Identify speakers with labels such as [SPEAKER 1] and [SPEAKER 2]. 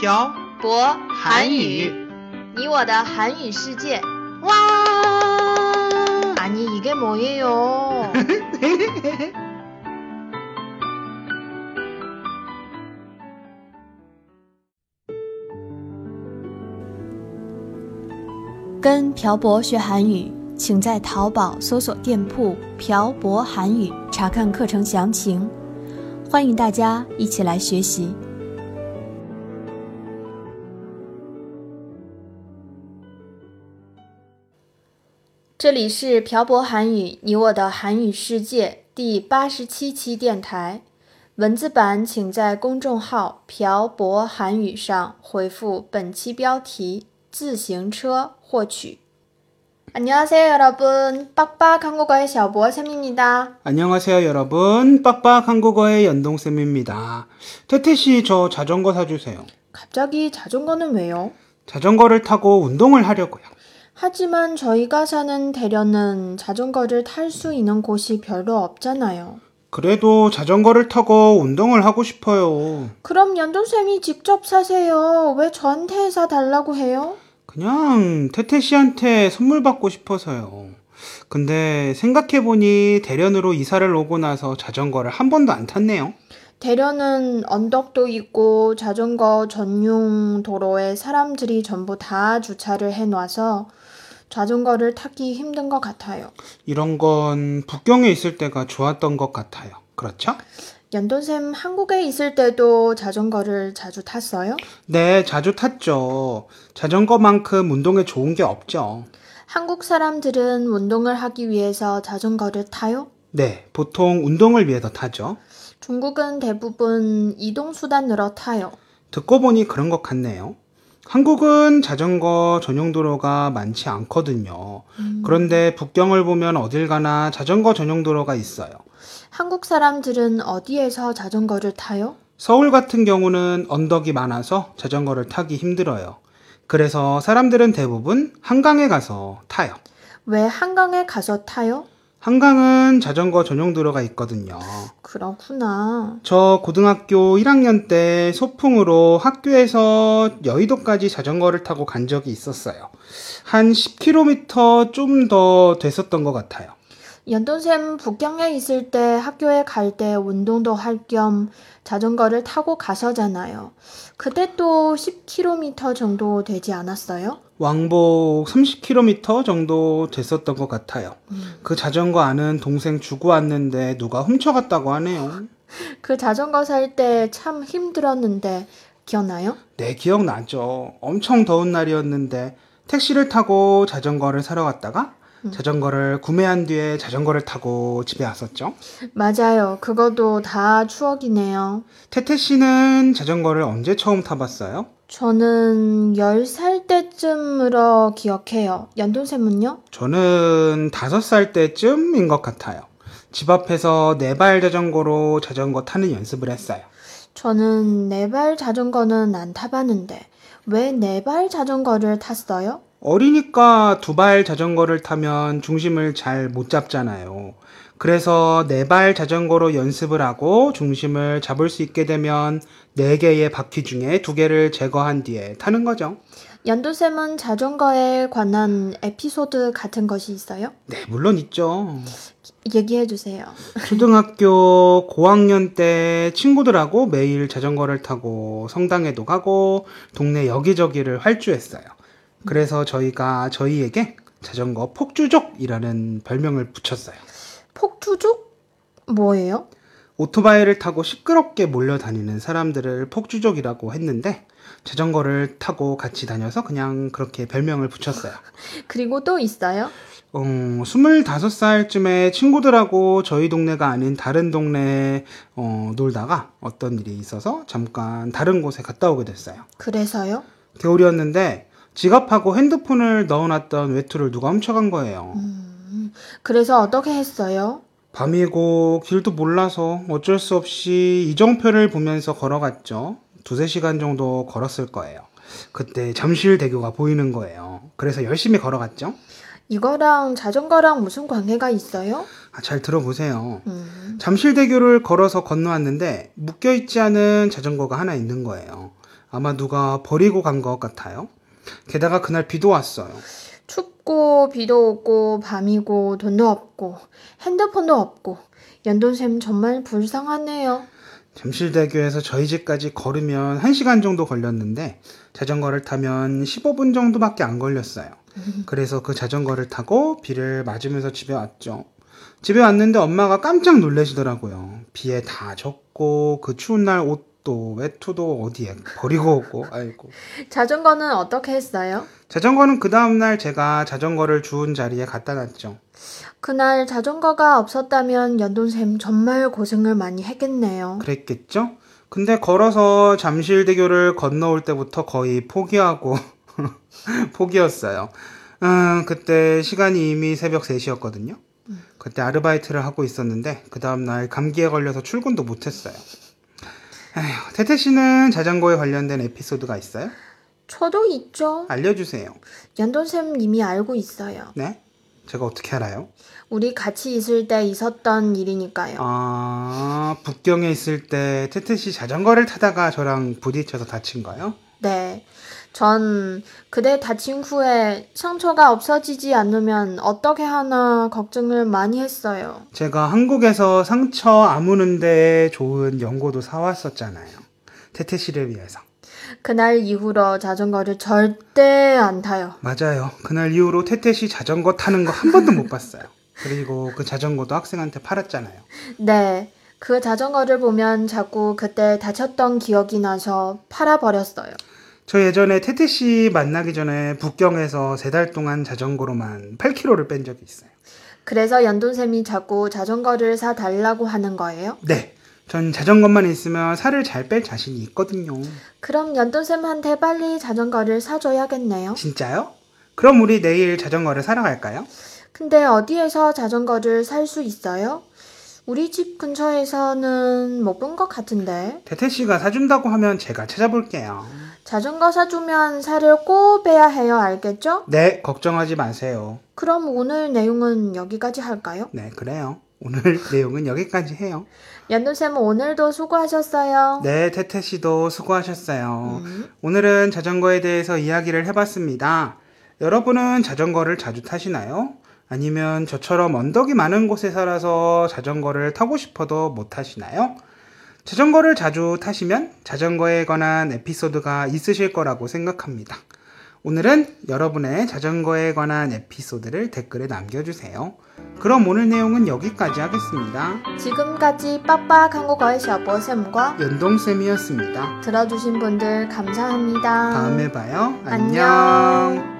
[SPEAKER 1] 漂
[SPEAKER 2] 博
[SPEAKER 1] 韩语，
[SPEAKER 2] 你我的韩语世界。
[SPEAKER 1] 哇！
[SPEAKER 3] 啊
[SPEAKER 2] 아니 이게 뭐예요?
[SPEAKER 3] 跟朴博学韩语，请在淘宝搜索店铺“朴博韩语”查看课程详情。欢迎大家一起来学习。
[SPEAKER 2] 这里是朴博韩语，你我的韩语世界第八十七期电台。文字版请在公众号“朴博韩语”上回复本期标题“自行车”获取。안녕하세요여러분빡빡한국어의小博쌤입니다
[SPEAKER 1] 안녕하세요, 여러분. 빡빡 한국어의 연동쌤입니다. 태태씨, 저 자전거 사주세요.
[SPEAKER 2] 갑자기 자전거는 왜요?
[SPEAKER 1] 자전거를 타고 운동을 하려고요.
[SPEAKER 2] 하지만 저희가 사는 대련은 자전거를 탈 수 있는 곳이 별로 없잖아요.
[SPEAKER 1] 그래도 자전거를 타고 운동을 하고 싶어요.
[SPEAKER 2] 그럼 연돈쌤이 직접 사세요. 왜 저한테 사달라고 해요?
[SPEAKER 1] 그냥 태태씨한테 선물 받고 싶어서요. 근데 생각해보니 대련으로 이사를 오고 나서 자전거를 한 번도 안 탔네요.
[SPEAKER 2] 대련은 언덕도 있고 자전거 전용 도로에 사람들이 전부 다 주차를 해놔서 자전거를 타기 힘든 것 같아요.
[SPEAKER 1] 이런 건 북경에 있을 때가 좋았던 것 같아요. 그렇죠?
[SPEAKER 2] 연돈쌤 한국에 있을 때도 자전거를 자주 탔어요?
[SPEAKER 1] 네, 자주 탔죠. 자전거만큼 운동에 좋은 게 없죠.
[SPEAKER 2] 한국 사람들은 운동을 하기 위해서 자전거를 타요?
[SPEAKER 1] 네, 보통 운동을 위해서 타죠.
[SPEAKER 2] 중국은 대부분 이동수단으로 타요.
[SPEAKER 1] 듣고 보니 그런 것 같네요. 한국은 자전거 전용 도로가 많지 않거든요. 그런데 북경을 보면 어딜 가나 자전거 전용 도로가 있어요.
[SPEAKER 2] 한국 사람들은 어디에서 자전거를 타요?
[SPEAKER 1] 서울 같은 경우는 언덕이 많아서 자전거를 타기 힘들어요. 그래서 사람들은 대부분 한강에 가서 타요.
[SPEAKER 2] 왜 한강에 가서 타요?
[SPEAKER 1] 한강은 자전거 전용 도로가 있거든요.
[SPEAKER 2] 그렇구나.
[SPEAKER 1] 저 고등학교 1학년 때 소풍으로 학교에서 여의도까지 자전거를 타고 간 적이 있었어요. 한 10km 좀 더 됐었던 것 같아요.
[SPEAKER 2] 연돈쌤 북경에 있을 때 학교에 갈 때 운동도 할 겸 자전거를 타고 가서잖아요. 그때 또 10km 정도 되지 않았어요?
[SPEAKER 1] 왕복 30km 정도 됐었던 것 같아요. 그 자전거 안은 동생 주고 왔는데 누가 훔쳐갔다고 하네요.
[SPEAKER 2] 그 자전거 살 때 참 힘들었는데 기억나요?
[SPEAKER 1] 네, 기억나죠. 엄청 더운 날이었는데 택시를 타고 자전거를 사러 갔다가 자전거를 구매한 뒤에 자전거를 타고 집에 왔었죠.
[SPEAKER 2] 맞아요. 그것도 다 추억이네요.
[SPEAKER 1] 태태 씨는 자전거를 언제 처음 타봤어요?
[SPEAKER 2] 저는 10살 때쯤으로 기억해요. 연돈쌤은요?
[SPEAKER 1] 저는 다섯 살 때쯤인 것 같아요. 집 앞에서 네 발 자전거로 자전거 타는 연습을 했어요.
[SPEAKER 2] 저는 네 발 자전거는 안 타봤는데 왜 네 발 자전거를 탔어요?
[SPEAKER 1] 어리니까 두 발 자전거를 타면 중심을 잘 못 잡잖아요. 그래서 네 발 자전거로 연습을 하고 중심을 잡을 수 있게 되면 네 개의 바퀴 중에 두 개를 제거한 뒤에 타는 거죠.
[SPEAKER 2] 연두쌤은 자전거에 관한 에피소드 같은 것이 있어요?
[SPEAKER 1] 네, 물론 있죠.
[SPEAKER 2] 얘기해 주세요.
[SPEAKER 1] 초등학교 고학년 때 친구들하고 매일 자전거를 타고 성당에도 가고 동네 여기저기를 활주했어요. 그래서 저희가 저희에게 자전거 폭주족이라는 별명을 붙였어요.
[SPEAKER 2] 폭주족? 뭐예요?
[SPEAKER 1] 오토바이를 타고 시끄럽게 몰려다니는 사람들을 폭주족이라고 했는데 자전거를 타고 같이 다녀서 그냥 그렇게 별명을 붙였어요.
[SPEAKER 2] 그리고 또 있어요?
[SPEAKER 1] 음, 25살쯤에 친구들하고 저희 동네가 아닌 다른 동네에 어, 놀다가 어떤 일이 있어서 잠깐 다른 곳에 갔다 오게 됐어요.
[SPEAKER 2] 그래서요?
[SPEAKER 1] 겨울이었는데 지갑하고 핸드폰을 넣어놨던 외투를 누가 훔쳐간 거예요.
[SPEAKER 2] 그래서 어떻게 했어요?
[SPEAKER 1] 밤이고 길도 몰라서 어쩔 수 없이 이정표를 보면서 걸어갔죠. 두세 시간 정도 걸었을 거예요. 그때 잠실대교가 보이는 거예요. 그래서 열심히 걸어갔죠.
[SPEAKER 2] 이거랑 자전거랑 무슨 관계가 있어요?
[SPEAKER 1] 아, 잘 들어보세요.
[SPEAKER 2] 음,
[SPEAKER 1] 잠실대교를 걸어서 건너왔는데 묶여있지 않은 자전거가 하나 있는 거예요. 아마 누가 버리고 간 것 같아요. 게다가 그날 비도 왔어요.
[SPEAKER 2] 춥고 비도 오고 밤이고 돈도 없고 핸드폰도 없고 연돈쌤 정말 불쌍하네요.
[SPEAKER 1] 잠실대교에서 저희 집까지 걸으면 1시간 정도 걸렸는데 자전거를 타면 15분 정도밖에 안 걸렸어요. 그래서 그 자전거를 타고 비를 맞으면서 집에 왔죠. 집에 왔는데 엄마가 깜짝 놀라시더라고요. 비에 다 젖고 그 추운 날 옷도 외투도 어디에 버리고 오고 아이고.
[SPEAKER 2] 자전거는 어떻게 했어요?
[SPEAKER 1] 자전거는 그 다음 날 제가 자전거를 주운 자리에 갖다 놨죠.
[SPEAKER 2] 그날 자전거가 없었다면 연돈쌤 정말 고생을 많이 했겠네요.
[SPEAKER 1] 그랬겠죠? 근데 걸어서 잠실대교를 건너올 때부터 거의 포기하고 포기였어요. 음, 그때 시간이 이미 새벽 3시였거든요. 그때 아르바이트를 하고 있었는데 그 다음 날 감기에 걸려서 출근도 못했어요. 에휴, 태태 씨는 자전거에 관련된 에피소드가 있어요?
[SPEAKER 2] 저도 있죠.
[SPEAKER 1] 알려주세요.
[SPEAKER 2] 연돈쌤 이미 알고 있어요.
[SPEAKER 1] 네? 제가 어떻게 알아요?
[SPEAKER 2] 우리 같이 있을 때 있었던 일이니까요.
[SPEAKER 1] 아, 북경에 있을 때 태태 씨 자전거를 타다가 저랑 부딪혀서 다친 거요?
[SPEAKER 2] 네. 전 그대 다친 후에 상처가 없어지지 않으면 어떻게 하나 걱정을 많이 했어요.
[SPEAKER 1] 제가 한국에서 상처 아무는데 좋은 연고도 사왔었잖아요. 태태 씨를 위해서.
[SPEAKER 2] 그날 이후로 자전거를 절대 안 타요.
[SPEAKER 1] 맞아요. 그날 이후로 태태 씨 자전거 타는 거 한 번도 못 봤어요. 그리고 그 자전거도 학생한테 팔았잖아요.
[SPEAKER 2] 네. 그 자전거를 보면 자꾸 그때 다쳤던 기억이 나서 팔아버렸어요.
[SPEAKER 1] 저 예전에 태태 씨 만나기 전에 북경에서 세 달 동안 자전거로만 8kg를 뺀 적이 있어요.
[SPEAKER 2] 그래서 연돈쌤이 자꾸 자전거를 사달라고 하는 거예요.
[SPEAKER 1] 네. 전 자전거만 있으면 살을 잘 뺄 자신이 있거든요.
[SPEAKER 2] 그럼 연돈쌤한테 빨리 자전거를 사줘야겠네요.
[SPEAKER 1] 진짜요? 그럼 우리 내일 자전거를 사러 갈까요?
[SPEAKER 2] 근데 어디에서 자전거를 살 수 있어요? 우리 집 근처에서는 못 본 것 같은데.
[SPEAKER 1] 태태 씨가 사준다고 하면 제가 찾아볼게요.
[SPEAKER 2] 자전거 사주면 살을 꼭 빼야 해요, 알겠죠?
[SPEAKER 1] 네, 걱정하지 마세요.
[SPEAKER 2] 그럼 오늘 내용은 여기까지 할까요?
[SPEAKER 1] 네, 그래요. 오늘 내용은 여기까지 해요.
[SPEAKER 2] 연돈쌤 오늘도 수고하셨어요.
[SPEAKER 1] 네, 태태 씨도 수고하셨어요.
[SPEAKER 2] 음.
[SPEAKER 1] 오늘은 자전거에 대해서 이야기를 해봤습니다. 여러분은 자전거를 자주 타시나요? 아니면 저처럼 언덕이 많은 곳에 살아서 자전거를 타고 싶어도 못 타시나요? 자전거를 자주 타시면 자전거에 관한 에피소드가 있으실 거라고 생각합니다. 오늘은 여러분의 자전거에 관한 에피소드를 댓글에 남겨주세요. 그럼 오늘 내용은 여기까지 하겠습니다.
[SPEAKER 2] 지금까지 빡빡한 국어의 샤버쌤과
[SPEAKER 1] 연동쌤이었습니다.
[SPEAKER 2] 들어주신 분들 감사합니다.
[SPEAKER 1] 다음에 봐요.
[SPEAKER 2] 안녕.
[SPEAKER 1] 안녕.